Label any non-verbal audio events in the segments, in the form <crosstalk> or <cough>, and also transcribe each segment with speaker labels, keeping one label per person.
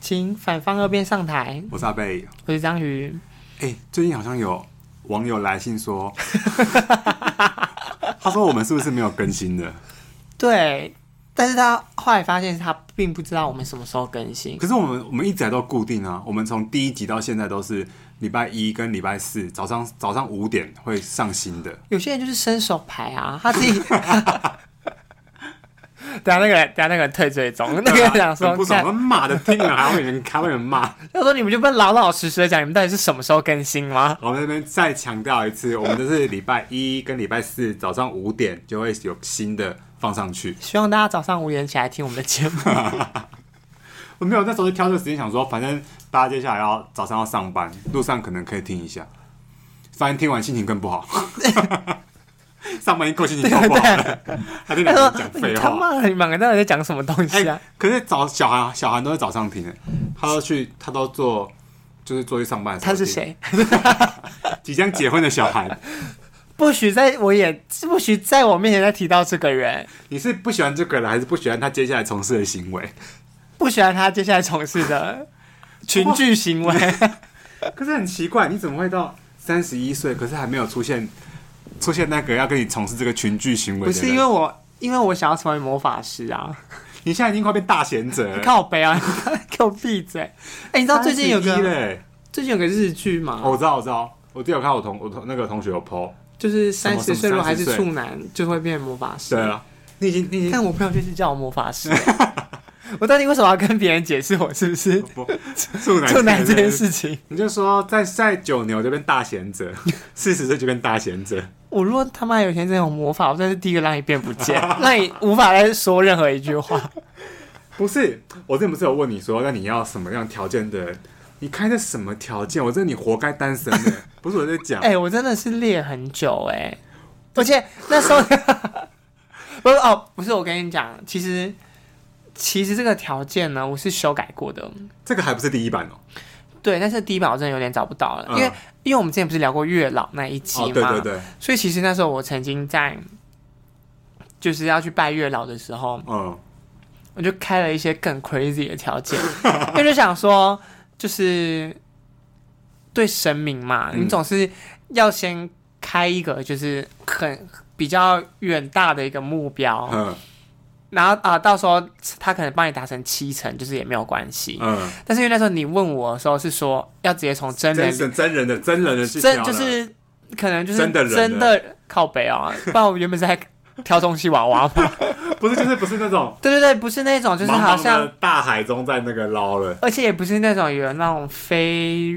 Speaker 1: 请反方二辩上台。
Speaker 2: 我是阿贝。
Speaker 1: 我是章鱼，
Speaker 2: 哎、最近好像有网友来
Speaker 1: <laughs>
Speaker 2: 信说，他说我们是不是没有更新的？
Speaker 1: 对，但是他后来发现他并不知道我们什么时候更新，
Speaker 2: 可是我们我们一直以来都固定啊，我们从第一集到现在都是礼拜一跟礼拜四早上早上五点会上新的。
Speaker 1: 有些人就是伸手牌啊，他自己。 <laughs> 等下那个人，等下那个人退追踪，哦那个人想说
Speaker 2: 很不，爽，骂的听啊了还会有人还会有人骂。
Speaker 1: 他说你们就不能老老实实的讲，你们到底是什么时候更新吗？
Speaker 2: 我们这边再强调一次，我们都是礼拜一跟礼拜四早上五点就会有新的放上去。
Speaker 1: 希望大家早上五点起来听我们的节目。
Speaker 2: 我没有那时候就挑这个时间想说，反正大家接下来要早上要上班，路上可能可以听一下，反正听完心情更不 <laughs> 好。上班一够心情够不好了，还在
Speaker 1: 他
Speaker 2: 那
Speaker 1: 说
Speaker 2: 边讲
Speaker 1: 你
Speaker 2: <laughs> 废
Speaker 1: 他
Speaker 2: 话。
Speaker 1: 妈的，你们两个到底在讲什么东
Speaker 2: 哎、
Speaker 1: 西啊？
Speaker 2: 可是早小韩小韩都是早上听的，他都去他都做就是做去上班的时候
Speaker 1: 他
Speaker 2: 听。
Speaker 1: 是谁？
Speaker 2: 即将结婚的小韩，
Speaker 1: 不许在我眼，不许在我面前再提到这个人，
Speaker 2: 你是不喜欢这个人，还是不喜欢他接下来从事的行为？
Speaker 1: 不喜欢他接下来从事的 <laughs> 群聚行为。
Speaker 2: 可是很奇怪，你怎么会到三十一岁，可是还没有出现出现那个要跟你从事这个群聚行为
Speaker 1: 不
Speaker 2: 的人？
Speaker 1: 是因为我，因为我想要成为魔法师啊！
Speaker 2: 你现在已经快变大贤者了，
Speaker 1: 靠北啊， <laughs> 给我闭嘴！哎、你知道最近有
Speaker 2: 31
Speaker 1: 个
Speaker 2: 嘞、
Speaker 1: 最近有个日剧吗？
Speaker 2: 哦，我知道，我知道，我之前有看我同我同那个同学有 PO，
Speaker 1: 就是三十岁如果还是
Speaker 2: 什么
Speaker 1: 处男，就会变魔法师。
Speaker 2: 对啊，你已经你已经
Speaker 1: 但我朋友就是叫我魔法
Speaker 2: <laughs>
Speaker 1: 师、我到底为什么要跟别人解释我是不
Speaker 2: <laughs>
Speaker 1: 是
Speaker 2: 不处男
Speaker 1: 处男这件，事情？
Speaker 2: 你就说在在九牛这边大贤者，四十岁就变大贤者，
Speaker 1: <laughs> 我如果他妈有一天真的有魔法，我真的是第一个让你变不 <laughs> 见，让你无法再说任何一句话。
Speaker 2: 不是？我之前不是有问你说，那你要什么样条件的人？你开的什么条件？我真的你活该单身
Speaker 1: <laughs>
Speaker 2: 的，不是我在讲。
Speaker 1: 哎、我真的是列很久哎、而且那
Speaker 2: <laughs>
Speaker 1: 时候不是哦，不是我跟你讲，其实其实这个条件呢，我是修改过的，
Speaker 2: 这个还不是第一版哦。
Speaker 1: 对，但是第一版我真的有点找不到了，
Speaker 2: 嗯
Speaker 1: 因为因为我们之前不是聊过月老那一集
Speaker 2: 哦，
Speaker 1: 嘛，
Speaker 2: 对对对，
Speaker 1: 所以其实那时候我曾经在就是要去拜月老的时候，
Speaker 2: 嗯，
Speaker 1: 我就开了一些更 crazy 的条件， <laughs> 因为就想说，就是对神明嘛，
Speaker 2: 嗯
Speaker 1: 你总是要先开一个就是很比较远大的一个目标，
Speaker 2: 嗯
Speaker 1: 然后啊、到时候他可能帮你达成七成，就是也没有关系。
Speaker 2: 嗯，
Speaker 1: 但是因为那时候你问我的时候是说要直接从真
Speaker 2: 真
Speaker 1: 人
Speaker 2: 人真人的真人的去
Speaker 1: 真
Speaker 2: 挑
Speaker 1: 就
Speaker 2: 的
Speaker 1: 是可能就是
Speaker 2: 真的人的
Speaker 1: 真的靠北啊，不然我原本是在挑东西娃娃
Speaker 2: <laughs>
Speaker 1: 嘛，
Speaker 2: 不是就是不是那种
Speaker 1: 对对对，不是那种就是
Speaker 2: 茫
Speaker 1: 好
Speaker 2: 茫
Speaker 1: 像
Speaker 2: 的大海中在那个捞了，
Speaker 1: 而且也不是那种有那种非，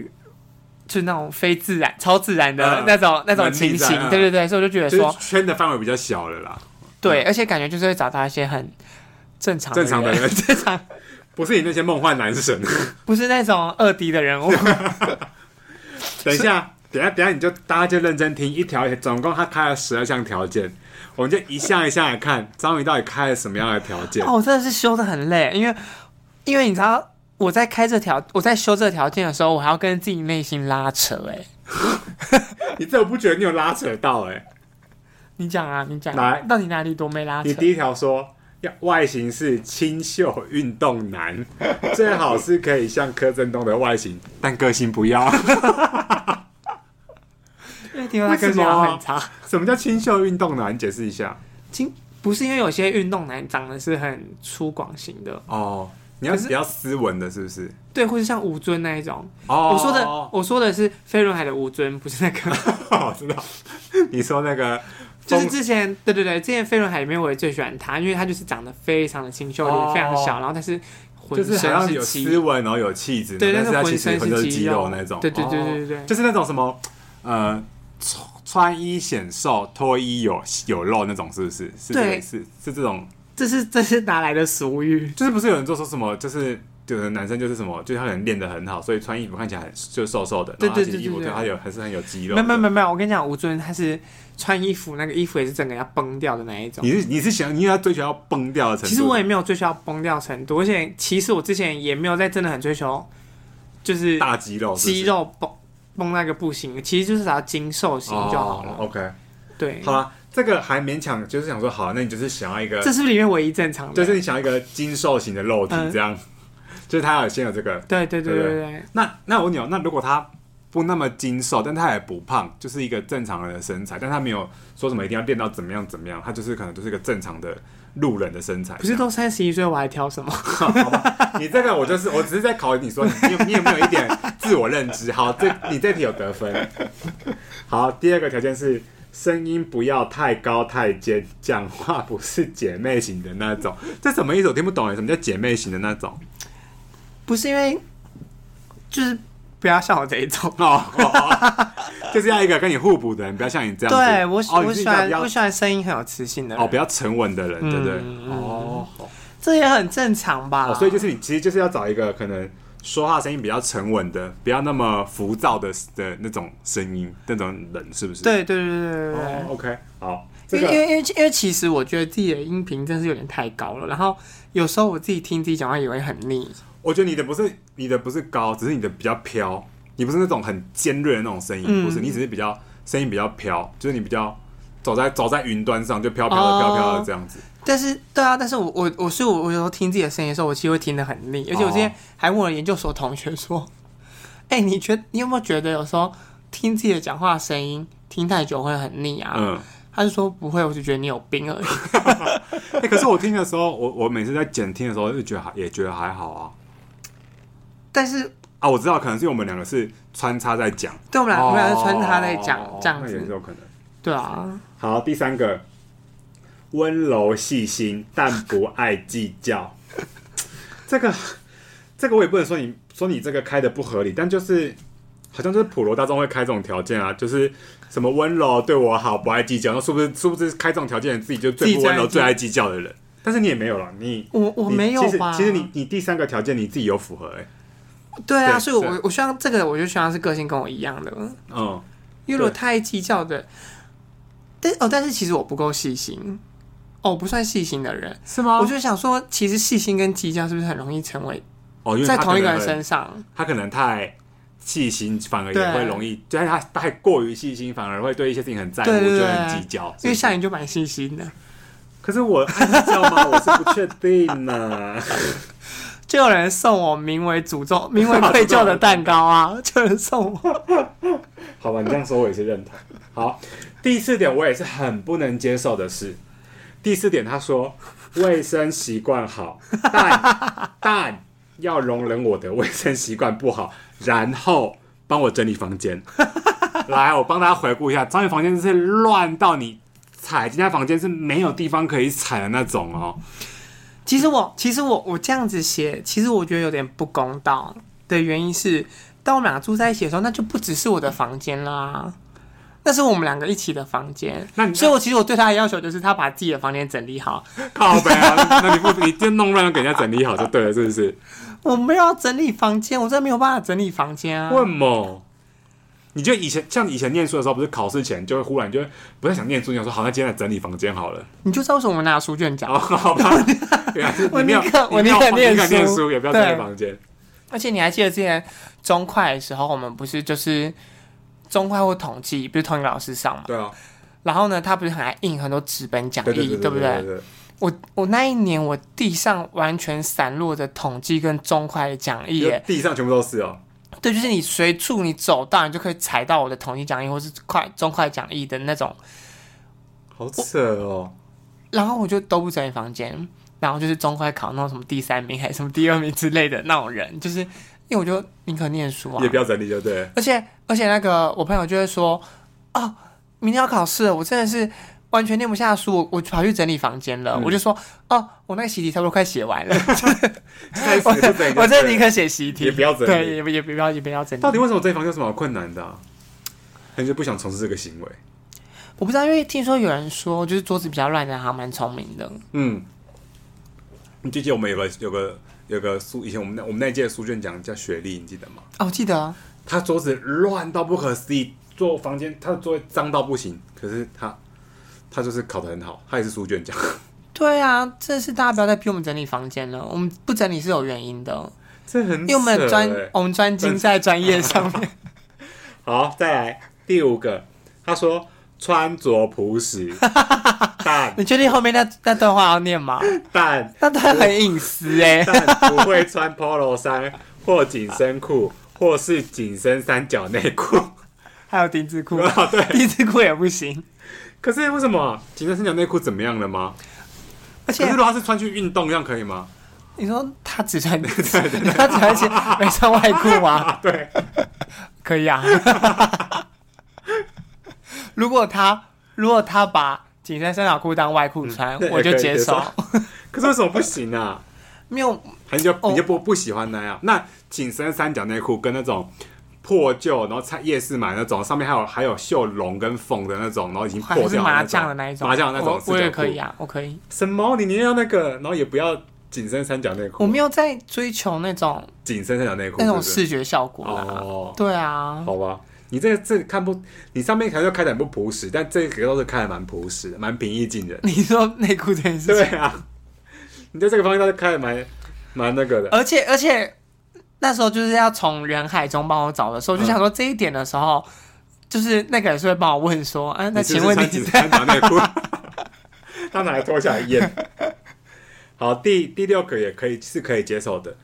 Speaker 1: 就是那种非自然、超自然的
Speaker 2: 嗯
Speaker 1: 那种、那种
Speaker 2: 能力
Speaker 1: 情形
Speaker 2: 在，嗯
Speaker 1: 对对对，所以我就觉得
Speaker 2: 就
Speaker 1: 说
Speaker 2: 是，圈的范围比较小了啦，
Speaker 1: 对，而且感觉就是会找到一些很正常
Speaker 2: 正常的人
Speaker 1: <laughs> 正常
Speaker 2: 不是你那些梦幻
Speaker 1: <laughs>
Speaker 2: 男神。
Speaker 1: 不是那种二 D 的
Speaker 2: <laughs>
Speaker 1: 人物，
Speaker 2: 等一下，等一下，等一下，你就大家就认真听一条，总共他开了十二项条件，我们就一项一项来看，章鱼到底开了什么样的条件。
Speaker 1: 哦，我真的是修的很累，因为因为你知道我在开这条，我在修这条件的时候，我还要跟自己内心拉扯、哎，
Speaker 2: 你这我不觉得你有拉扯到哎、
Speaker 1: 你讲啊，你讲
Speaker 2: 来，
Speaker 1: 到底哪里多没拉扯
Speaker 2: 你？第一条说要外形是清秀运动男，最好是可以像柯震东的外形，但个性不要。 <laughs>
Speaker 1: 因为听说他
Speaker 2: 为
Speaker 1: 跟
Speaker 2: 什么
Speaker 1: 我很差，
Speaker 2: 什么叫清秀运动男？你解释一下。
Speaker 1: 今不是因为有些运动男长得是很粗犷型的。
Speaker 2: 哦，你要
Speaker 1: 可是
Speaker 2: 比较斯文的，是不是？
Speaker 1: 对，或是像吴尊那一种。
Speaker 2: 哦
Speaker 1: 我说的，我说的是飞轮海的吴尊，不是
Speaker 2: <laughs>
Speaker 1: 那个，
Speaker 2: 我哦知道。 <laughs> 你说那个
Speaker 1: 就是
Speaker 2: 风
Speaker 1: 之前，对对对，之前飞轮海里面我也最喜欢他，因为他就是长得非常的清秀，脸、
Speaker 2: 哦
Speaker 1: 非常小，然后但是浑
Speaker 2: 就是好
Speaker 1: 身
Speaker 2: 像有
Speaker 1: 肌
Speaker 2: 斯文，然后有气质，
Speaker 1: 对
Speaker 2: 但
Speaker 1: 但是
Speaker 2: 是他
Speaker 1: 浑
Speaker 2: 其实
Speaker 1: 身
Speaker 2: 很
Speaker 1: 是
Speaker 2: 多
Speaker 1: 肌
Speaker 2: 肌
Speaker 1: 肉
Speaker 2: 肉那种。
Speaker 1: 对对对
Speaker 2: 哦
Speaker 1: 对对
Speaker 2: 就是那种什么呃。穿穿衣显瘦，脱衣有有肉那种，是不是？是这
Speaker 1: 对
Speaker 2: 个是是这种
Speaker 1: 这是这是哪来的俗语？
Speaker 2: 就是不是有人就说什么，就是有的男生就是什么，就是他可能练得很好，所以穿衣服看起来很就瘦瘦的，
Speaker 1: 对
Speaker 2: 然后他
Speaker 1: 对
Speaker 2: 其实
Speaker 1: 对
Speaker 2: 衣服
Speaker 1: 对
Speaker 2: 对
Speaker 1: 对
Speaker 2: 他有还是很有肌肉
Speaker 1: 没
Speaker 2: 的。
Speaker 1: 有没有没有没有，我跟你讲，吴尊他是穿衣服那个衣服也是整个要崩掉的那一种。
Speaker 2: 你是你是想你要追求要崩掉的程度？
Speaker 1: 其实我也没有追求要崩掉程度，而且其实我之前也没有在真的很追求，就是
Speaker 2: 大肌肉是不是
Speaker 1: 肌肉崩崩那个不行，其实就是只要精瘦型就好了。
Speaker 2: 哦 OK，
Speaker 1: 对，
Speaker 2: 好啦，这个还勉强就是想说好，那你就是想要一个，
Speaker 1: 这是不是里面唯一正常的？
Speaker 2: 就是你想要一个精瘦型的肉体
Speaker 1: 嗯
Speaker 2: 这样。 <laughs> 就是他有先有这个。
Speaker 1: 对对对
Speaker 2: 对
Speaker 1: 对
Speaker 2: 对
Speaker 1: 对，
Speaker 2: 那那我问你哦，那如果他不那么精瘦，但他也不胖，就是一个正常人的身材，但他没有说什么一定要练到怎么样怎么样，他就是可能就是一个正常的路人的身材。
Speaker 1: 不是都三十一岁，我还挑什么？ <laughs>
Speaker 2: 你这个我就是，我只是在考你说你你有你有没有一点自我认知？好，这你这题有得分。好，第二个条件是声音不要太高太尖，讲话不是姐妹型的那种。这什么意思？我听不懂哎，什么叫姐妹型的那种？
Speaker 1: 不是因为就是不要像我这一种。
Speaker 2: 哦，哦哦 <laughs> 就是要一个跟你互补的人，不要像你这样子。
Speaker 1: 对我喜、
Speaker 2: 哦、
Speaker 1: 我
Speaker 2: 你是一
Speaker 1: 喜
Speaker 2: 个
Speaker 1: 欢
Speaker 2: 比较
Speaker 1: 我喜欢声音很有磁性的人，
Speaker 2: 哦比较沉稳的人，对不对？
Speaker 1: 嗯
Speaker 2: 哦，
Speaker 1: 这也很正常吧？
Speaker 2: 哦，所以就是你其实就是要找一个可能说话声音比较沉稳的，不要那么浮躁的的那种声音，那种人是不是？
Speaker 1: 对对对对对对对。
Speaker 2: 哦，OK，好，这
Speaker 1: 因为因
Speaker 2: 个
Speaker 1: 为因为因为其实我觉得自己的音频真是有点太高了，然后有时候我自己听自己讲话也会很腻。
Speaker 2: 我觉得你的不是你的不是高，只是你的比较飘，你不是那种很尖锐的那种声音，
Speaker 1: 嗯
Speaker 2: 不是，你只是比较声音比较飘，就是你比较走在走在云端上就飘飘的
Speaker 1: 哦
Speaker 2: 飘飘的这样子。
Speaker 1: 但是对啊，但是我我我是我我有时候听自己的声音的时候，我其实会听得很腻，而
Speaker 2: 哦
Speaker 1: 且我之前还问我研究所同学说，哎、你觉你有没有觉得有时候听自己的讲话声音听太久会很腻啊？ <laughs>
Speaker 2: 嗯，
Speaker 1: 他就说不会，我就觉得你有病而已。
Speaker 2: <laughs> 哎、可是我听的时候，我我每次在剪听的时候就觉得还也觉得还好啊。
Speaker 1: 但是
Speaker 2: 啊，我知道，可能是因为我们两个是穿插在讲，
Speaker 1: 对我们俩、我们俩是穿插在
Speaker 2: 哦
Speaker 1: 讲这样
Speaker 2: 那也是
Speaker 1: 子，
Speaker 2: 有可能。
Speaker 1: 对啊，
Speaker 2: 好，第三个，温柔细心，但不爱计较。 <laughs> 这个，这个我也不能说你说你这个开的不合理，但就是好像就是普罗大众会开这种条件啊，就是什么温柔对我好，不爱计较，那是不是是不是开这种条件的人自己就最
Speaker 1: 自
Speaker 2: 不
Speaker 1: 己最爱
Speaker 2: 温柔、
Speaker 1: 计
Speaker 2: 最爱计较的人？但是你也没有了，你
Speaker 1: 我我
Speaker 2: 你
Speaker 1: 没有
Speaker 2: 其实
Speaker 1: 吧？
Speaker 2: 其实你你第三个条件你自己有符合哎、
Speaker 1: 对啊，
Speaker 2: 对
Speaker 1: 所以我
Speaker 2: 是
Speaker 1: 我我希望这个我就希望是个性跟我一样的，
Speaker 2: 嗯，
Speaker 1: 因为如果
Speaker 2: 对
Speaker 1: 太计较的，但哦，但是其实我不够细心，哦，我不算细心的人。
Speaker 2: 是吗
Speaker 1: 我就想说，其实细心跟计较是不是很容易成为
Speaker 2: 哦，因为
Speaker 1: 在
Speaker 2: 他
Speaker 1: 同一
Speaker 2: 可
Speaker 1: 个
Speaker 2: 能
Speaker 1: 人
Speaker 2: 很
Speaker 1: 身上？
Speaker 2: 他可能太细心，反而
Speaker 1: 对
Speaker 2: 也会容易，就是他太过于细心，反而会对一些事情很在乎，
Speaker 1: 对对对
Speaker 2: 就很计较。
Speaker 1: 因为像
Speaker 2: 你，
Speaker 1: 你就蛮细心的，
Speaker 2: <laughs> 可是我爱计较吗？我是不确定呢。
Speaker 1: 就有人送我名为诅咒、名为愧疚的蛋糕啊， <laughs> 就有人送我。
Speaker 2: 好吧，你这样说我也是认同。好，第四点我也是很不能接受的是，第四点他说卫生习惯好，但但要容忍我的卫生习惯不好，然后帮我整理房间。 <laughs> 来，我帮大家回顾一下，张宇房间是乱到你踩进他房间是没有地方可以踩的那种哦。
Speaker 1: 其实我，其实我，我这样子写，其实我觉得有点不公道的原因是，当我们俩住在一起的时候，那就不只是我的房间啦，那是我们两个一起的房间。
Speaker 2: 那你
Speaker 1: 所以我其实我对他的要求就是，他把自己的房间整理好。
Speaker 2: 靠背啊，那你不你就弄乱给人家整理好就对了，是不是？
Speaker 1: 我没有要整理房间，我真的没有办法整理房间啊。
Speaker 2: 问某，你就以前像以前念书的时候，不是考试前就会忽然就会不太想念书，你想说好，那今天来整理房间好了。 <laughs>
Speaker 1: 你就知道为什么我拿书卷讲，
Speaker 2: 哦，好吧，原来是你没有，
Speaker 1: 我宁可
Speaker 2: 你没有
Speaker 1: 我宁可念书
Speaker 2: 你没有念书，也不要整理房间。
Speaker 1: 而且你还记得之前中快的时候，我们不是就是中快或统计，不是同一个老师上嘛？
Speaker 2: 对啊，
Speaker 1: 然后呢，他不是很爱印很多纸本讲义，
Speaker 2: 对对对
Speaker 1: 不
Speaker 2: 对对对。
Speaker 1: 我我那一年我地上完全散落着统计跟中快的讲义
Speaker 2: 就
Speaker 1: 耶，
Speaker 2: 地上全部都是哦。
Speaker 1: 对，就是你随处你走到，你就可以踩到我的统计讲义或是快中快讲义的那种，
Speaker 2: 好扯哦！
Speaker 1: 然后我就都不整理房间，然后就是中快考那种什么第三名还是什么第二名之类的那种人，就是因为我就宁可念书啊
Speaker 2: 也，不要整理，
Speaker 1: <laughs>
Speaker 2: 就对了。
Speaker 1: 而且而且那个我朋友就会说，哦，明天要考试了，我真的是完全念不下书，我我跑去整理房间了，
Speaker 2: 嗯
Speaker 1: 我就说，哦，我那个习题差不多快写
Speaker 2: <laughs>
Speaker 1: 完了，
Speaker 2: 开始就整理就
Speaker 1: 我这
Speaker 2: 对
Speaker 1: 宁
Speaker 2: 了
Speaker 1: 可写习题，
Speaker 2: 也不要整理
Speaker 1: 对，也不也不要也不要整理。
Speaker 2: 到底为什么整理房间有什么好困难的啊？他就不想从事这个行为。
Speaker 1: 我不知道，因为听说有人说，就是桌子比较乱的人还蛮聪明的。
Speaker 2: 嗯，你记得我们有个有个有个书，以前我们那我们那一届的书卷奖叫学历，你记得吗？
Speaker 1: 哦，我记得啊
Speaker 2: 他桌子乱到不可思议，坐房间他的座位脏到不行，可是他他就是考得很好，他也是书卷奖。
Speaker 1: 对啊，这是大家不要再逼我们整理房间了，我们不整理是有原因的，
Speaker 2: 这很、
Speaker 1: 因
Speaker 2: 欸
Speaker 1: 为我们的专我们
Speaker 2: <laughs>
Speaker 1: 专精在专业上面。
Speaker 2: 好，再来第五个，他说穿着朴实， <laughs> 但
Speaker 1: 你确定后面那那段话要念
Speaker 2: <laughs>
Speaker 1: 吗？
Speaker 2: 但
Speaker 1: 那段很隐私哎、
Speaker 2: 但不会穿 polo 衫或紧身裤，或是紧身三角内裤。 <laughs>
Speaker 1: 还有丁字裤，
Speaker 2: 哦对
Speaker 1: 丁字裤也不行。
Speaker 2: 可是为什么紧身三角内裤怎么样了吗？
Speaker 1: 而
Speaker 2: 可
Speaker 1: 且
Speaker 2: 是如果他是穿去运动，这样可以吗？
Speaker 1: 你说他只
Speaker 2: <laughs>
Speaker 1: 穿，他只穿鞋没穿外裤吗？
Speaker 2: 对，
Speaker 1: 可以啊。 <laughs> 如果他如果他把紧身三角裤当外裤穿，
Speaker 2: 嗯对
Speaker 1: 我就
Speaker 2: 可以
Speaker 1: 接
Speaker 2: 接
Speaker 1: 受
Speaker 2: 受。可是为什么不行啊？
Speaker 1: 没有
Speaker 2: 你就
Speaker 1: 哦
Speaker 2: 你就不不喜欢那样？那紧身三角内裤跟那种破旧，然后菜夜市买那种，上面还有还有绣龙跟凤的那种，然后已经
Speaker 1: 还
Speaker 2: 破
Speaker 1: 是
Speaker 2: 掉
Speaker 1: 麻
Speaker 2: 那种
Speaker 1: 将的那一种，
Speaker 2: 麻将的那种
Speaker 1: 我我也
Speaker 2: 四角裤
Speaker 1: 可以啊，我可以。
Speaker 2: 什么？你宁愿要那个，然后也不要紧身三角内裤。
Speaker 1: 我没有在追求那种
Speaker 2: 紧身三角内裤
Speaker 1: 那种
Speaker 2: 是
Speaker 1: 视觉效果
Speaker 2: 不是
Speaker 1: 啦。
Speaker 2: 哦，
Speaker 1: 对啊，。
Speaker 2: 好吧。你这个这个看不，你上面可能就开的很不朴实，但这个倒是开的蛮朴实的，蛮平易近人
Speaker 1: 你说内裤这件事
Speaker 2: 对
Speaker 1: 情，
Speaker 2: 啊，你在这个方面倒是开的蛮蛮那个的。
Speaker 1: 而且而且那时候就是要从人海中帮我找的时
Speaker 2: 嗯
Speaker 1: 候，就想说这一点的时候，就是那个人是会帮我问说，啊，那
Speaker 2: 你是
Speaker 1: 请
Speaker 2: 不是
Speaker 1: 问
Speaker 2: 穿
Speaker 1: 你
Speaker 2: 紧身短内裤？ <laughs> 他拿来脱下来烟。好，第第六个也可以是可以接受的。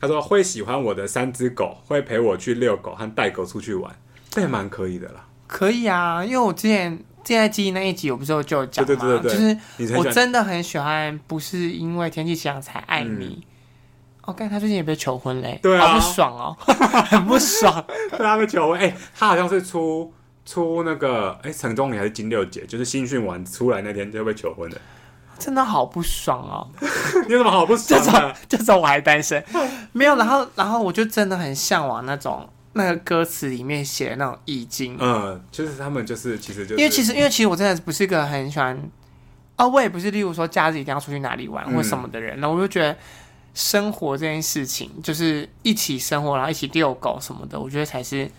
Speaker 2: 他说会喜欢我的三只狗，会陪我去遛狗和带狗出去玩，这也蛮可以的啦。
Speaker 1: <laughs> 可以啊？因为我之前现在记忆那一集，我不是有就有讲嘛，
Speaker 2: 对对对对对
Speaker 1: 就
Speaker 2: 你
Speaker 1: 是
Speaker 2: 很
Speaker 1: 我
Speaker 2: 喜欢
Speaker 1: 真的很喜欢，不是因为天气晴朗才爱你。哦，但他最近也被求婚嘞，
Speaker 2: 嗯对啊
Speaker 1: 好不爽哦， <laughs> 很不爽。
Speaker 2: 对他被求婚，哎、他好像是出出那个哎、陈忠礼还是金六姐，就是新训完出来那天就被求婚的，
Speaker 1: 真的好不爽哦！
Speaker 2: <laughs> 你有什么好
Speaker 1: <laughs>
Speaker 2: 不
Speaker 1: 这
Speaker 2: <laughs> 爽
Speaker 1: 种
Speaker 2: 的？
Speaker 1: 这种我还单身，没有。然后然后我就真的很向往那种那个歌词里面写的那种意境，
Speaker 2: 嗯，就是他们就是其实就是
Speaker 1: 因为其实因为其实我真的不是一个很喜欢，啊，我也不是例如说假日一定要出去哪里玩
Speaker 2: 嗯
Speaker 1: 或什么的人，然后我就觉得生活这件事情就是一起生活，然后一起遛狗什么的，我觉得才是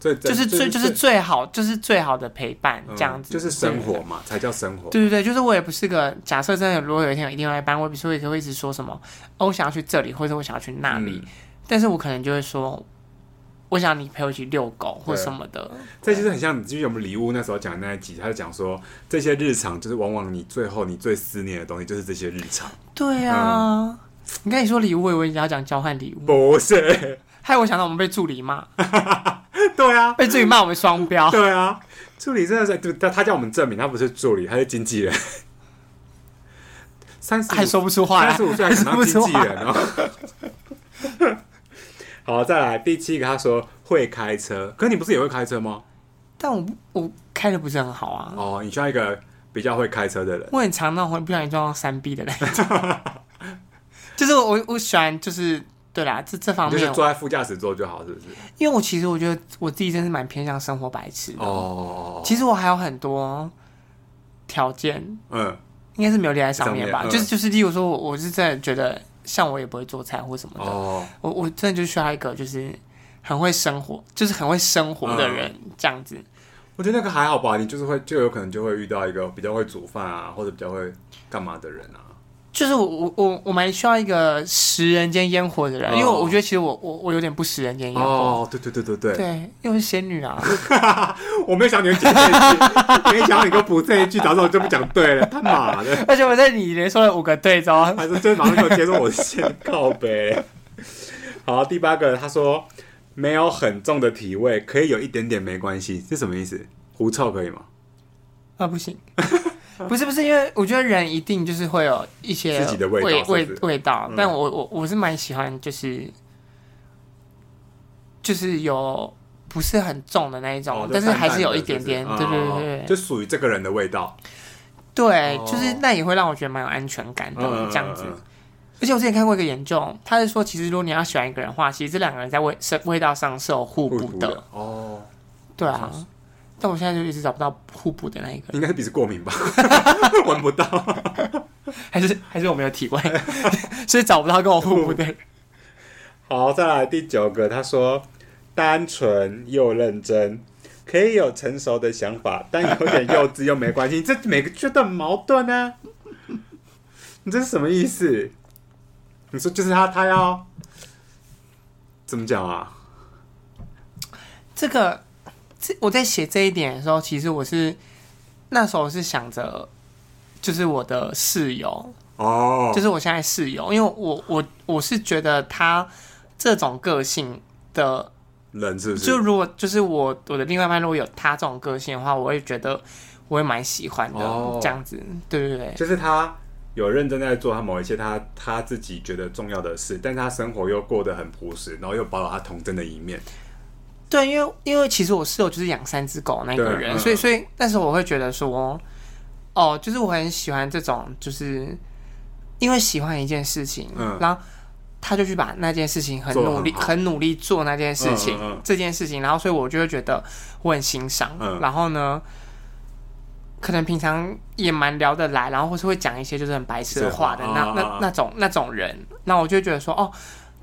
Speaker 2: 最
Speaker 1: 就是最就是最好就是最好的陪伴
Speaker 2: 嗯
Speaker 1: 这样子，
Speaker 2: 就是生活嘛，才叫生活。
Speaker 1: 对对对，就是我也不是个假设真的，如果有一天有另外一半，我也不是会会一直说什么，哦，我想要去这里，或者我想要去那里，
Speaker 2: 嗯
Speaker 1: 但是我可能就会说，我想你陪我一起遛狗或
Speaker 2: 对嗯
Speaker 1: 什么的，
Speaker 2: 这就是很像，就是我们礼物那时候讲的那一集，他就讲说这些日常，就是往往你最后你最思念的东西，就是这些日常，
Speaker 1: 对啊。你刚才说礼物，我以为你要讲交换礼物，
Speaker 2: 不是？
Speaker 1: 害我想到我们被助理骂，
Speaker 2: 对啊，
Speaker 1: 被助理骂我们双
Speaker 2: <laughs>
Speaker 1: 标。
Speaker 2: 对啊，助理真的是，对啊他他叫我们证明他不是助理，他是经纪人。三十
Speaker 1: 还说不出话
Speaker 2: 三
Speaker 1: 来
Speaker 2: 十，五岁还想当
Speaker 1: 不出
Speaker 2: 经纪
Speaker 1: 话
Speaker 2: 人哦。 <laughs> 好，再来第七个，他说会开车，可是你不是也会开车吗？
Speaker 1: 但我不我开的不是很好啊，
Speaker 2: 哦，你需要一个比较会开车的人。
Speaker 1: 我很常那种会不小心撞到三 B 的那一种， <laughs> 就是我我我喜欢就是对啦，这这方
Speaker 2: 你就是
Speaker 1: 面我
Speaker 2: 坐在副驾驶座就好，是不是？
Speaker 1: 因为我其实我觉得我自己真是蛮偏向生活白痴的。
Speaker 2: 哦，
Speaker 1: 其实我还有很多条件，
Speaker 2: 嗯，
Speaker 1: 应该是没有列在上面吧。
Speaker 2: 上面嗯
Speaker 1: 就是就是，例如说我我是真的觉得，像我也不会做菜或什么的，
Speaker 2: 哦，
Speaker 1: 我我真的就需要一个就是很会生活，就是很会生活
Speaker 2: 嗯
Speaker 1: 的人、这样子。
Speaker 2: 我觉得那个还好吧，你就是会就有可能就会遇到一个比较会煮饭啊，或者比较会干嘛的人啊。
Speaker 1: 就是我我我我蛮需要一个食人间烟火的人，
Speaker 2: 哦
Speaker 1: 因为我我觉得其实我我我有点不食人间烟火。
Speaker 2: 哦，对对对对对，
Speaker 1: 对，因为我是仙女啊， <laughs>
Speaker 2: 我没有想你会讲这一句，没想到你给我补这一句，导致我就不讲对了，他妈的，
Speaker 1: 而且我在你连说了五个对之后，
Speaker 2: 还是就马上给我接受我的先告呗。好，第八个他说没有很重的体味，可以有一点点没关系，是什么意思？狐臭可以吗？
Speaker 1: 啊，不行， <laughs> 不是不是，因为我觉得人一定就是会有一些
Speaker 2: 自己的味道
Speaker 1: 味
Speaker 2: 是不
Speaker 1: 味
Speaker 2: 是
Speaker 1: 味道
Speaker 2: 嗯，
Speaker 1: 但我我我是蛮喜欢，就是就是有不是很重的那一种，
Speaker 2: 哦就
Speaker 1: 但是还是有一
Speaker 2: 淡淡
Speaker 1: 点
Speaker 2: 的
Speaker 1: 点，
Speaker 2: 不
Speaker 1: 对对
Speaker 2: 哦
Speaker 1: 对对
Speaker 2: 就
Speaker 1: 对，
Speaker 2: 属于这个人的味道，
Speaker 1: 对
Speaker 2: 哦
Speaker 1: 就是那也会让我觉得蛮有安全感的、
Speaker 2: 嗯，
Speaker 1: 这样子
Speaker 2: 嗯。嗯
Speaker 1: 而且我之前看过一个研究，他是说，其实如果你要喜欢一个人的话，其实这两个人在味是味道上是有互
Speaker 2: 嗯
Speaker 1: 补
Speaker 2: 狐
Speaker 1: 的，
Speaker 2: 的哦。
Speaker 1: 对啊。但我现在就一直找不到互补的那一个人。
Speaker 2: 应该是鼻子过
Speaker 1: <laughs>
Speaker 2: 敏吧，闻不到。
Speaker 1: 还是还是我没有体会， <laughs> 所以找不到跟我互补的人。
Speaker 2: 好，再来第九个，他说单纯又认真，可以有成熟的想法，但有点幼稚又没关系，这 <laughs> 每个觉得很矛盾啊。 <laughs> 你这是什么意思？你说就是他，他要怎么讲啊？
Speaker 1: 这个这我在写这一点的时候，其实我是那时候是想着，就是我的室友，
Speaker 2: 哦，
Speaker 1: 就是我现在室友，因为我我我是觉得他这种个性的，
Speaker 2: 人是不是？
Speaker 1: 就如果就是我我的另外一半如果有他这种个性的话，我会觉得我会蛮喜欢的、
Speaker 2: 哦
Speaker 1: 这样子，对对对，
Speaker 2: 就是他有认真在做他某一些他他自己觉得重要的事，但是他生活又过得很朴实，然后又保有他童真的一面。
Speaker 1: 对，因为因为其实我室友就是养三只狗那个
Speaker 2: 对
Speaker 1: 人，
Speaker 2: 嗯
Speaker 1: 所以所以那时候我会觉得说，哦，就是我很喜欢这种，就是因为喜欢一件事情，
Speaker 2: 嗯
Speaker 1: 然后他就去把那件事情很
Speaker 2: 做得
Speaker 1: 努力、
Speaker 2: 很好
Speaker 1: 很努力做那件事情、
Speaker 2: 嗯嗯嗯
Speaker 1: 这件事情，然后所以我就会觉得我很欣赏，
Speaker 2: 嗯
Speaker 1: 然后呢。可能平常也蛮聊得来，然后或是会讲一些就是很白痴的
Speaker 2: 是
Speaker 1: 话的
Speaker 2: 啊
Speaker 1: 那
Speaker 2: 啊啊
Speaker 1: 那那种那种人，那我就会觉得说，哦，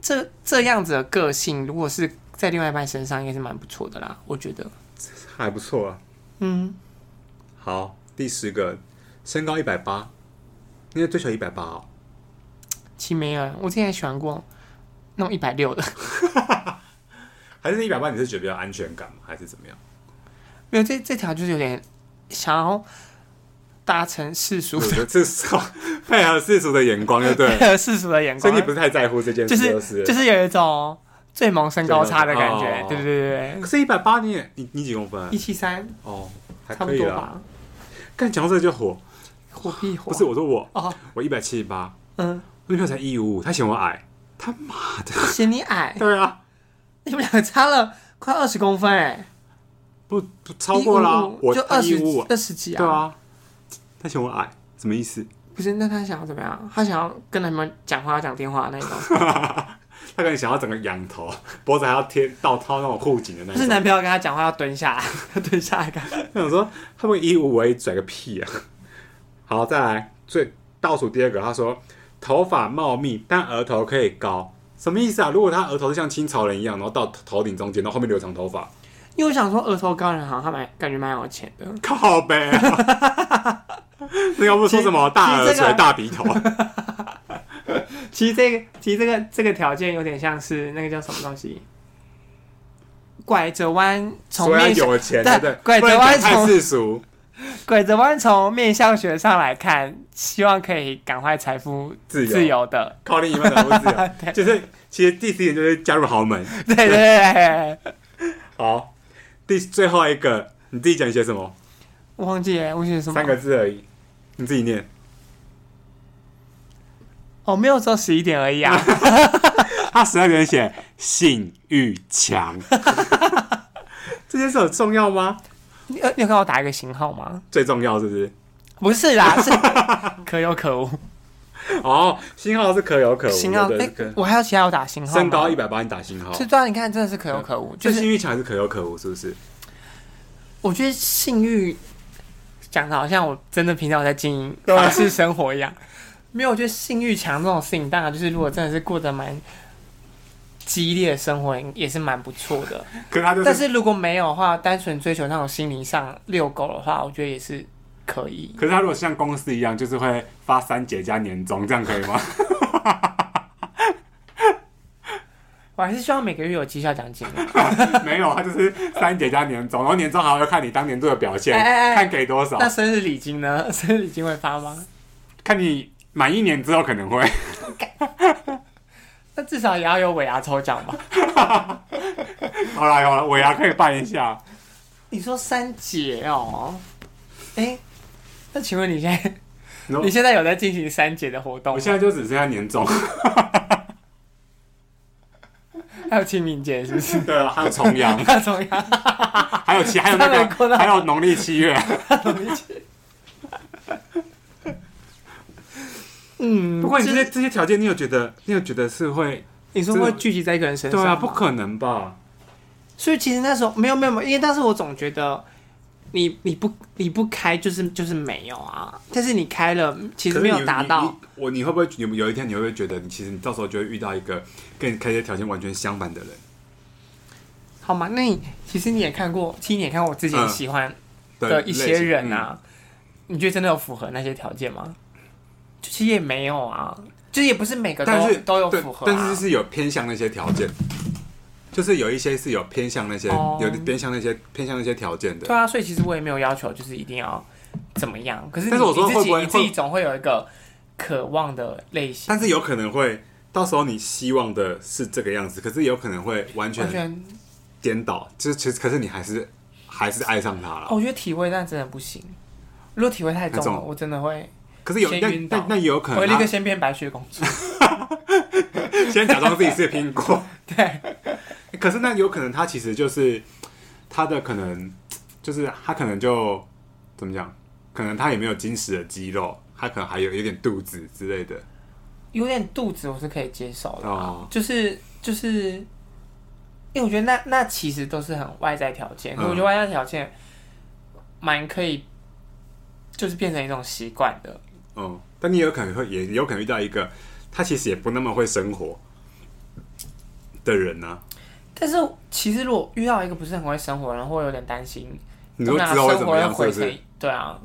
Speaker 1: 这这样子的个性，如果是在另外一半身上，应该是蛮不错的啦，我觉得。
Speaker 2: 还不错啊。
Speaker 1: 嗯，
Speaker 2: 好，第十个，身高一百八，因为追求一百八哦。
Speaker 1: 其实没有，我之前也喜欢过那种一百六的， <laughs>
Speaker 2: 还是一百八，你是觉得比较安全感吗？还是怎么样？
Speaker 1: 没有这这条就是有点想要达成世俗
Speaker 2: 我觉得这是配合世俗的眼光，对
Speaker 1: <laughs>
Speaker 2: 不对？
Speaker 1: 的世俗的眼
Speaker 2: 所以
Speaker 1: 光
Speaker 2: 你，不是太在乎这件
Speaker 1: 啊就是
Speaker 2: 事，是
Speaker 1: 就是有一种最萌身高差的感觉
Speaker 2: 哦，
Speaker 1: 对对对对对，
Speaker 2: 可是一百八，你也你你几公分啊
Speaker 1: 一？七三
Speaker 2: 哦，还
Speaker 1: 差
Speaker 2: 可
Speaker 1: 不
Speaker 2: 以
Speaker 1: 多
Speaker 2: 啦。
Speaker 1: 吧，
Speaker 2: 干讲到这个就火，
Speaker 1: 火屁火
Speaker 2: 不是我说我
Speaker 1: 哦，
Speaker 2: 我一百七十八，
Speaker 1: 嗯，
Speaker 2: 我女朋友才一五五，她嫌我矮。
Speaker 1: 嫌你矮，
Speaker 2: 对啊，
Speaker 1: <laughs> 你们两个差了快二十公分哎，
Speaker 2: 不不超过啦，
Speaker 1: 155
Speaker 2: 我
Speaker 1: 就二
Speaker 2: 一
Speaker 1: 十
Speaker 2: 五五，
Speaker 1: 二十几啊，
Speaker 2: 对啊，他嫌我矮，什么意思？
Speaker 1: 不是，那他想要怎么样？他想要跟他们讲话、讲电话
Speaker 2: <laughs>
Speaker 1: 那种，
Speaker 2: 他可能想要整个仰头， <laughs> 脖子还要贴倒套那种护颈的那
Speaker 1: 但是
Speaker 2: 种。
Speaker 1: 男朋友跟他讲话要蹲下来， <laughs> 蹲下来干嘛？
Speaker 2: 他想说，他们一五五拽个屁啊！ <laughs> 好，再来最倒数第二个，他说头发茂密，但额头可以高，什么意思啊？如果他额头是像清朝人一样，然后到头顶中间，然后后面留长头发，
Speaker 1: 因为我想说额头高的人好像他蛮感觉蛮有钱的，
Speaker 2: 靠呗、啊！ <laughs> 那要不说什么大
Speaker 1: 其
Speaker 2: 耳
Speaker 1: 实 <laughs> 这个
Speaker 2: 垂、大鼻头，
Speaker 1: 其实这个其实这个这个条件有点像是那个叫什么东西，拐着弯从
Speaker 2: 说要
Speaker 1: 面向
Speaker 2: 有钱，
Speaker 1: 对
Speaker 2: 啊对不对？
Speaker 1: 拐着
Speaker 2: 不能讲
Speaker 1: 弯
Speaker 2: 太
Speaker 1: 从
Speaker 2: 世俗，
Speaker 1: 拐着弯从面相学上来看，希望可以赶快财富
Speaker 2: 自由
Speaker 1: 自 <laughs> 由的，
Speaker 2: 靠另一半的不自由。
Speaker 1: <laughs> 对
Speaker 2: 就是其实第四点就是加入豪门。
Speaker 1: 对对对对，对
Speaker 2: 好，第最后一个你自己讲一些什么？
Speaker 1: 我忘记了我写什么
Speaker 2: 三个字而已，你自己念。
Speaker 1: 哦，没有只有十一点而已啊，
Speaker 2: 他十二个人写性欲强， <laughs> 这件事有重要吗？
Speaker 1: <laughs> 你有你有看我打一个型号吗？
Speaker 2: 最重要是不是？
Speaker 1: 不是啦，是 <laughs> 可有可无。
Speaker 2: 哦，星号是可有可无的，
Speaker 1: 星号，
Speaker 2: 对
Speaker 1: 哎、
Speaker 2: 可
Speaker 1: 我还有其他有打星号吗。
Speaker 2: 身高一百八，你打星号，
Speaker 1: 这段你看真的是可有可无，就
Speaker 2: 这性
Speaker 1: 是
Speaker 2: 欲强还是可有可无，是不是？
Speaker 1: 我觉得性欲讲的好像我真的平常有在经 <laughs> 营
Speaker 2: 对啊
Speaker 1: 法式生活一样，没有。我觉得性欲强这种事情，当然就是如果真的是过得蛮激烈的生活，也是蛮不错的。
Speaker 2: 可是他就
Speaker 1: 但
Speaker 2: 是，
Speaker 1: 是如果没有的话，单纯追求那种心灵上遛狗的话，我觉得也是可以。
Speaker 2: 可是他如果像公司一样，就是会发三节加年终，这样可以
Speaker 1: <laughs>
Speaker 2: 吗？
Speaker 1: 我还是希望每个月有绩效奖金啊。
Speaker 2: 没有，他就是三节加年终，然后年终还要看你当年度的表现，
Speaker 1: 哎哎哎
Speaker 2: 看给多少
Speaker 1: 那，生日礼金呢？ <laughs> 生日礼金会发吗？
Speaker 2: 看你满一年之后可能会。
Speaker 1: 那至少也要有尾牙抽奖
Speaker 2: <laughs>
Speaker 1: 吧？
Speaker 2: 好啦好啦，尾牙可以办一下。
Speaker 1: 你说三节哦？哎、那请问你现在
Speaker 2: 然
Speaker 1: <laughs>
Speaker 2: 后
Speaker 1: 你现在有在进行三节的活动
Speaker 2: 我
Speaker 1: 吗？
Speaker 2: 现在就只剩下年终，
Speaker 1: 还有清明节是不
Speaker 2: <laughs>
Speaker 1: 是？
Speaker 2: 对啊，还有重阳，
Speaker 1: 那重要，
Speaker 2: <laughs> 还有七，还有那
Speaker 1: 他们过
Speaker 2: 个，
Speaker 1: 得好
Speaker 2: 还有农历七月。
Speaker 1: 嗯，
Speaker 2: 不过你这
Speaker 1: 就
Speaker 2: 些
Speaker 1: 是
Speaker 2: 这些条件，你有觉得你有觉得是会
Speaker 1: 你说
Speaker 2: 这
Speaker 1: 会聚集在一个人身上，
Speaker 2: 对啊？不。可能吧？
Speaker 1: 所以其实那时候没有没有没有，因为但是我总觉得你你不你不开就是就是没有啊，但是你开了其实没有达
Speaker 2: 可是
Speaker 1: 到
Speaker 2: 你。。你你我你会不会有有一天你会不会觉得你其实你到时候就会遇到一个跟你开这些条件完全相反的人？
Speaker 1: 好嘛，那你其实你也看过，其实你也看过我之前
Speaker 2: 嗯
Speaker 1: 喜欢
Speaker 2: 对
Speaker 1: 的一些人，
Speaker 2: 类型嗯
Speaker 1: 啊，你觉得真的有符合那些条件吗？就其实也没有啊，就是也不是每个都
Speaker 2: 嗯但是
Speaker 1: 都有
Speaker 2: 对
Speaker 1: 符合、啊，
Speaker 2: 但是是有偏向那些条件。就是有一些是有偏向那些，
Speaker 1: 哦
Speaker 2: 有偏向那些偏向那些条件的。
Speaker 1: 对啊，所以其实我也没有要求，就是一定要怎么样。可是你
Speaker 2: 但是我说
Speaker 1: 你自
Speaker 2: 会
Speaker 1: 己
Speaker 2: 不会
Speaker 1: 你自己总会有一个渴望的类型，
Speaker 2: 但是有可能会，到时候你希望的是这个样子，可是有可能会完
Speaker 1: 完
Speaker 2: 全
Speaker 1: 全、
Speaker 2: 颠倒，就是其实可是你还是还是爱上他了。
Speaker 1: 哦我觉得体味但真的不行。如果体味太重
Speaker 2: 太
Speaker 1: 了，
Speaker 2: 重
Speaker 1: 我真的
Speaker 2: <laughs>
Speaker 1: 会
Speaker 2: 可是有
Speaker 1: 先
Speaker 2: 那
Speaker 1: 晕倒
Speaker 2: 那那也有可
Speaker 1: 我
Speaker 2: 能
Speaker 1: 立刻
Speaker 2: 他
Speaker 1: 先变白雪公主。
Speaker 2: 先假装自己是苹果，
Speaker 1: <laughs> 对，
Speaker 2: 可是那有可能他其实就是他的可能就是他可能就怎么讲，可能他也没有坚实的肌肉，他可能还有有点肚子之类的。
Speaker 1: 有点肚子我是可以接受的、啊
Speaker 2: 哦
Speaker 1: 就是就是，因为我觉得那那其实都是很外在条件，
Speaker 2: 嗯
Speaker 1: 可我觉得外在条件蛮可以，就是变成一种习惯的。
Speaker 2: 哦，但你也有可能会也有可能遇到一个他其实也不那么会生活的人啊呢、
Speaker 1: 但是其实如果遇到一个不是很会生活的人，会有点担心，
Speaker 2: 你都
Speaker 1: 那
Speaker 2: 知道会
Speaker 1: 生
Speaker 2: 怎
Speaker 1: 活
Speaker 2: 么
Speaker 1: 要
Speaker 2: 样，是
Speaker 1: 毁
Speaker 2: 不
Speaker 1: 成
Speaker 2: 是？
Speaker 1: 对啊。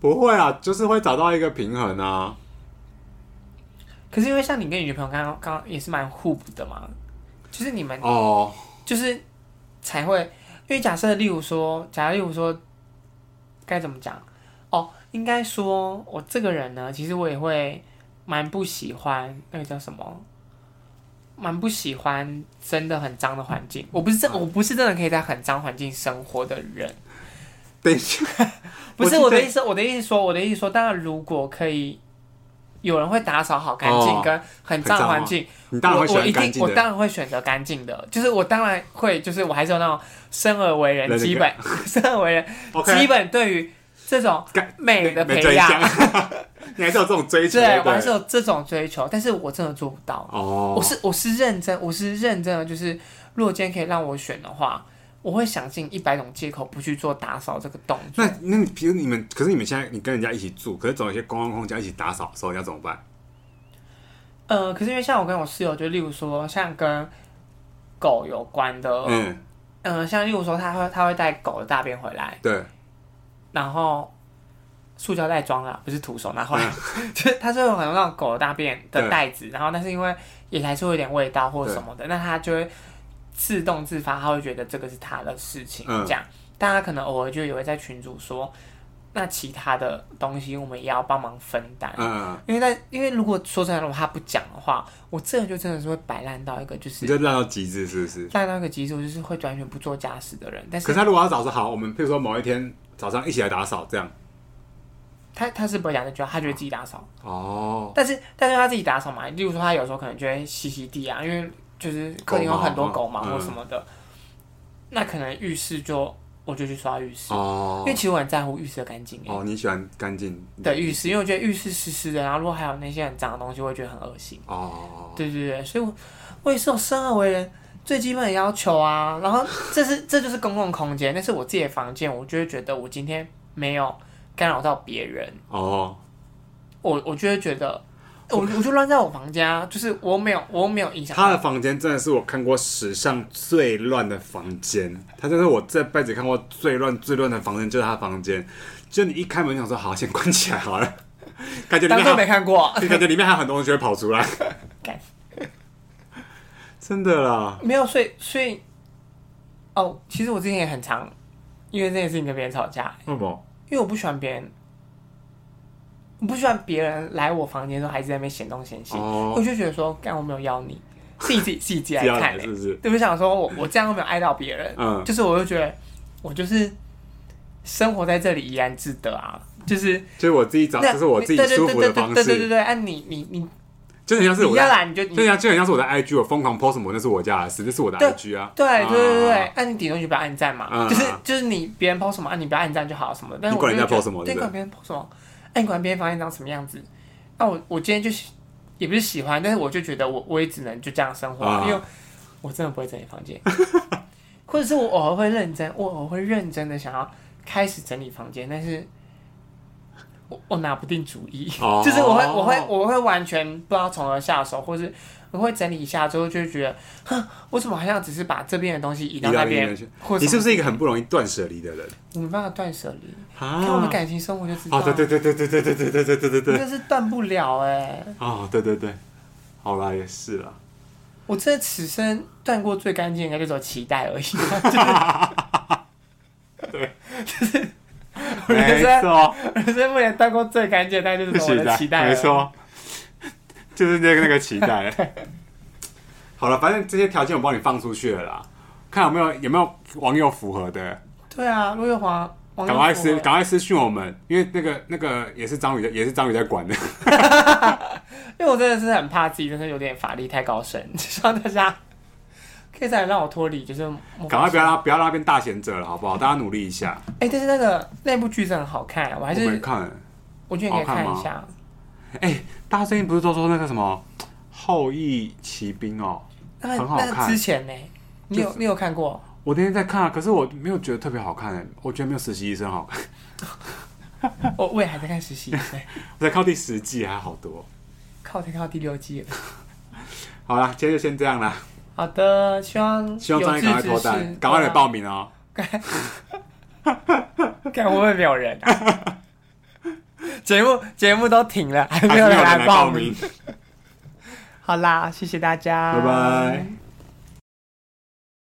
Speaker 2: 不会啊，就是会找到一个平衡啊。
Speaker 1: 可是因为像你跟你女朋友刚刚刚刚也是蛮互补的嘛，就是你们
Speaker 2: 哦，
Speaker 1: 就是才会，因为假设例如说，假如例如说，该怎么讲？哦，应该说我这个人呢，其实我也会蛮不喜欢那个叫什么，蛮不喜欢真的很脏的环境。我不是真，我不是真的可以在很脏环境生活的人。
Speaker 2: 等一下，
Speaker 1: 不是
Speaker 2: 我
Speaker 1: 我
Speaker 2: 记得
Speaker 1: 的意思，我的意思说，我的意思说，当然如果可以，有人会打扫好干净
Speaker 2: 哦
Speaker 1: 跟很
Speaker 2: 很
Speaker 1: 脏
Speaker 2: 脏
Speaker 1: 环
Speaker 2: 吗
Speaker 1: 境，
Speaker 2: 你当然会喜
Speaker 1: 我我一
Speaker 2: 欢干
Speaker 1: 定，
Speaker 2: 净
Speaker 1: 我
Speaker 2: 的。
Speaker 1: 当然会选择干净的，就是我当然会，就是我还是有那种生而为人
Speaker 2: 人的
Speaker 1: 基本 <laughs> 生而为人
Speaker 2: OK，
Speaker 1: 基本对于这种
Speaker 2: 干
Speaker 1: 美的
Speaker 2: 没
Speaker 1: 培
Speaker 2: 追
Speaker 1: 养， <laughs>
Speaker 2: <laughs> 你还是有这种追求，
Speaker 1: 对
Speaker 2: 对
Speaker 1: 我还
Speaker 2: 不
Speaker 1: 是
Speaker 2: 对？
Speaker 1: 有这种追求，但是我真的做不到。
Speaker 2: 哦
Speaker 1: 我，是我是认真，我是认真的，就是如果今天可以让我选的话，我会想尽一百种借口不去做打扫这个动作。
Speaker 2: 那那你比如你们，可是你们现在你跟人家一起住，可是总有一些公共空间一起打扫的时候，你要怎么办？
Speaker 1: 呃，可是因为像我跟我室友，就例如说像跟狗有关的，嗯、
Speaker 2: 嗯，
Speaker 1: 像例如说他会他会带狗的大便回来。
Speaker 2: 对，
Speaker 1: 然后塑胶袋装啦，不是徒手拿回来，<laughs>
Speaker 2: 嗯
Speaker 1: 就是它是有很多那种狗的大便的袋子，然后但是因为也还是会有点味道或者什么的，那它就会自动自发，它会觉得这个是它的事情，
Speaker 2: 嗯
Speaker 1: 这样，但它可能偶尔就也会在群主说，那其他的东西我们也要帮忙分担。
Speaker 2: 嗯，
Speaker 1: 因为在，因为如果说真的，如果他不讲的话，我这个人就真的是会摆烂到一个，就
Speaker 2: 你
Speaker 1: 是
Speaker 2: 就烂到极致，是不是？
Speaker 1: 烂到一个极致，我就是会完全不做家事的人。但
Speaker 2: 可是
Speaker 1: 是
Speaker 2: 他如果要早说好，我们譬如说某一天早上一起来打扫，这样。
Speaker 1: 他他是不会讲这句话，他就会自己打扫。
Speaker 2: 哦，
Speaker 1: 但是但是他自己打扫嘛，例如说他有时候可能就会吸吸地啊，因为就是客厅有很多狗嘛
Speaker 2: 狗毛
Speaker 1: 或什么的，那可能浴室就我就去刷浴室，
Speaker 2: 哦
Speaker 1: 因为其实我很在乎浴室的干净欸
Speaker 2: 哦，你喜欢干净
Speaker 1: 的浴室，因为我觉得浴室湿湿的，然后如果还有那些很脏的东西，我会觉得很恶心。
Speaker 2: 哦，
Speaker 1: 对对对，所以我我也是有生而为人最基本的要求啊。然后这是 <laughs> 这就是公共空间，但是我自己的房间，我就会觉得我今天没有干扰到别人，
Speaker 2: 哦，
Speaker 1: 我我就会觉得，我我就乱在我房间啊，就是我没有我没有影响到。
Speaker 2: 他的房间真的是我看过史上最乱的房间，他真的是我这辈子看过最乱最乱的房间，就是他房间。就你一开门想说好，先关起来好了，感觉里
Speaker 1: 当
Speaker 2: 面
Speaker 1: 做
Speaker 2: 还
Speaker 1: 没
Speaker 2: 有
Speaker 1: 看过，
Speaker 2: 感觉里面还有很多东西会跑出来
Speaker 1: <laughs> 干，
Speaker 2: 真的啦。
Speaker 1: 没有，所以所以，哦，其实我之前也很常因为这件事情跟别人吵架，
Speaker 2: 为什么？
Speaker 1: 因为我不喜欢别人，我不喜欢别人来我房间的时候还是在那边嫌东嫌西，我
Speaker 2: 哦，
Speaker 1: 就觉得说，干我没有邀 <laughs> 你，是你自己是你自己来
Speaker 2: 这样
Speaker 1: 看
Speaker 2: 来
Speaker 1: 的、
Speaker 2: 是不是？
Speaker 1: 对不想说我我这样都没有爱到别人，
Speaker 2: 嗯，
Speaker 1: 就是我就觉得我就是生活在这里怡然自得啊，就是
Speaker 2: 就是我自己找，
Speaker 1: 那
Speaker 2: 啊这是我自己舒服的方
Speaker 1: 对对对对对对对
Speaker 2: 式，
Speaker 1: 对，按、你你你
Speaker 2: 就很像是
Speaker 1: 你
Speaker 2: 我
Speaker 1: 要
Speaker 2: 在，
Speaker 1: 来你就你
Speaker 2: 就很像就很像是我的 IG，我疯狂 post 什么，那是我家的事，那是我的
Speaker 1: 对
Speaker 2: IG 啊。
Speaker 1: 对对对对
Speaker 2: 啊，
Speaker 1: 按、你顶多就不要按赞嘛，
Speaker 2: 嗯
Speaker 1: 就是
Speaker 2: 嗯
Speaker 1: 就是你别人 PO 什么，按、你不要按赞就好什么的。但是
Speaker 2: 你
Speaker 1: 我
Speaker 2: 管
Speaker 1: 就
Speaker 2: 人家
Speaker 1: 觉得
Speaker 2: po 什么
Speaker 1: 对，
Speaker 2: 对
Speaker 1: 你
Speaker 2: 不对
Speaker 1: 管别人 PO 什么，哎、你管别人房间长什么样子，那我我今天就喜也不是喜欢，但是我就觉得我我也只能就这样生活，啊
Speaker 2: 嗯
Speaker 1: 因为我真的不会整理房间， <laughs> 或者是我偶尔会认真，我偶尔会认真的想要开始整理房间，但是我我拿不定主意。
Speaker 2: 哦
Speaker 1: 就是我会，我会，我会完全不知道从何下手，或是我会整理一下之后，就会觉得，哼，我怎么好像只是把这边的东西移到那边
Speaker 2: 移到那边去，
Speaker 1: 或者
Speaker 2: 你是不
Speaker 1: 什
Speaker 2: 是一个很不容易断舍离的人
Speaker 1: 么我没办法断舍离？
Speaker 2: 啊
Speaker 1: 看我的感情生活就知道，
Speaker 2: 哦，对对对对对对对对对对对对啊
Speaker 1: 真的是断不了哎、
Speaker 2: 哦，对对对，好啦，也是啦。
Speaker 1: 我这此生断过最干净，应该就只有脐带而已。就是
Speaker 2: <laughs> 对，
Speaker 1: 我人
Speaker 2: 没
Speaker 1: 生
Speaker 2: 错，
Speaker 1: 人生目前断过最干净，那就是我
Speaker 2: 期
Speaker 1: 的啊
Speaker 2: 待，啊
Speaker 1: 脐带了。
Speaker 2: 没错，就是那个那个期待。好了，反正这些条件我帮你放出去了啦，看有没有有没有网友符合的，
Speaker 1: 对啊，陆月华，王力
Speaker 2: 赶
Speaker 1: 宏
Speaker 2: 快私赶快私讯我们，因为那个那个也是张宇在也是张宇在管的，
Speaker 1: 因为我真的是很怕自己，真的有点法力太高深， <laughs> 希望大家可以再来让我脱离，哦就是模仿
Speaker 2: 赶快不要让不要让他变大贤者了，好不好？大家努力一下，
Speaker 1: 哎、但是那个那部剧真的很好看，我还
Speaker 2: 我
Speaker 1: 是
Speaker 2: 们看。
Speaker 1: 我觉得你可以
Speaker 2: 好看
Speaker 1: 看
Speaker 2: 吗
Speaker 1: 一下。
Speaker 2: 哎、大家最近不是都说那个什么后羿骑兵哦？
Speaker 1: 那
Speaker 2: 很好
Speaker 1: 那
Speaker 2: 看
Speaker 1: 之前呢、你有你有看
Speaker 2: <laughs>
Speaker 1: 过？
Speaker 2: 我那天在看啊，可是我没有觉得特别好看哎、我觉得没有实习医生好看， <laughs>
Speaker 1: 我我也还在看实习医生，
Speaker 2: 我才靠第十季还好多。
Speaker 1: 靠，才看到第六季了。
Speaker 2: 好啦，今天就先这样啦，
Speaker 1: 好的，希望
Speaker 2: 希望张毅赶快脱单，赶快来
Speaker 1: 报
Speaker 2: 报名哦。
Speaker 1: 名，哦看会不会没有人、啊？
Speaker 2: <laughs>
Speaker 1: 节目节目都停了，还
Speaker 2: 还
Speaker 1: 没
Speaker 2: 是
Speaker 1: 有
Speaker 2: 没
Speaker 1: 人
Speaker 2: 有人
Speaker 1: 来
Speaker 2: 来
Speaker 1: 报
Speaker 2: 报
Speaker 1: 名
Speaker 2: 名。，
Speaker 1: 好啦，谢谢大家，
Speaker 2: 拜拜。